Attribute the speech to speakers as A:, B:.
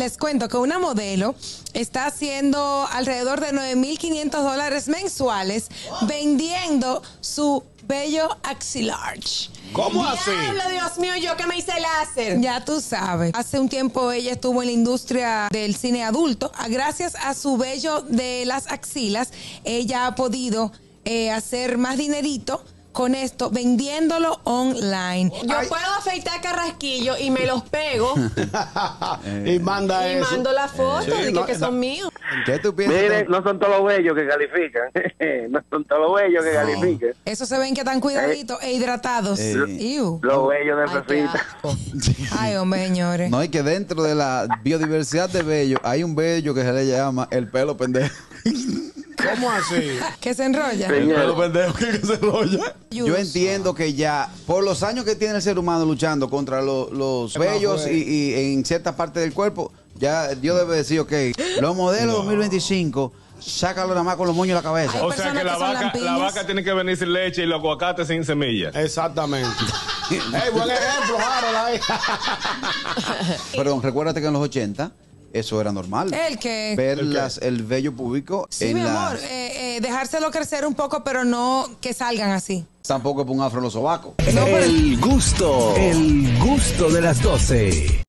A: les cuento que una modelo está haciendo alrededor de 9.500 dólares mensuales vendiendo su bello axilarge.
B: ¿Cómo así?
C: Diablo, Dios mío, yo que me hice láser.
A: Ya tú sabes. Hace un tiempo ella estuvo en la industria del cine adulto. Ah, Gracias a su vello de las axilas, ella ha podido eh, hacer más dinerito con esto, vendiéndolo online.
C: Yo puedo afeitar carrasquillo y me los pego
B: y manda
C: y
B: eso.
C: mando las fotos
B: Eh, Sí,
C: de
B: no,
C: que
B: no.
C: son míos.
B: ¿Qué tú piensas?
D: Miren, no son todos los bellos que califican. no son todos los bellos que califican.
A: Eso se ven que están cuidaditos e hidratados. Iu.
D: Los bellos
C: Ay, qué
D: necesitan.
C: asco.
A: Ay, hombre, señores.
E: No, hay que dentro de la biodiversidad de bello, hay un bello que se le llama el pelo pendejo.
B: ¿Cómo así?
A: Que se enrolla.
D: Sí.
E: El
D: Señor.
E: pelo pendejo que se enrolla. Yo entiendo que ya, por los años que tiene el ser humano luchando contra lo- los bellos y, y en cierta parte del cuerpo, ya Dios debe decir, ok, los modelos 2025, sácalo nada más con los moños en la cabeza.
A: Hay
F: O sea
A: personas
F: que la
A: que son
F: vaca, la
A: lampiñas.
F: vaca tiene que venir sin leche y los aguacates sin semillas.
B: Exactamente. Ey, buen ejemplo, Harold. ahí.
E: Perdón, recuérdate que en los 80 eso era normal.
A: ¿El qué?
E: Ver las- el vello público
A: Sí,
E: en
A: mi
E: la-
A: amor, eh, eh, dejárselo crecer un poco, pero no que salgan así.
E: Tampoco por un afro en los sobacos.
A: No, pero-
G: El gusto, el gusto de las 12.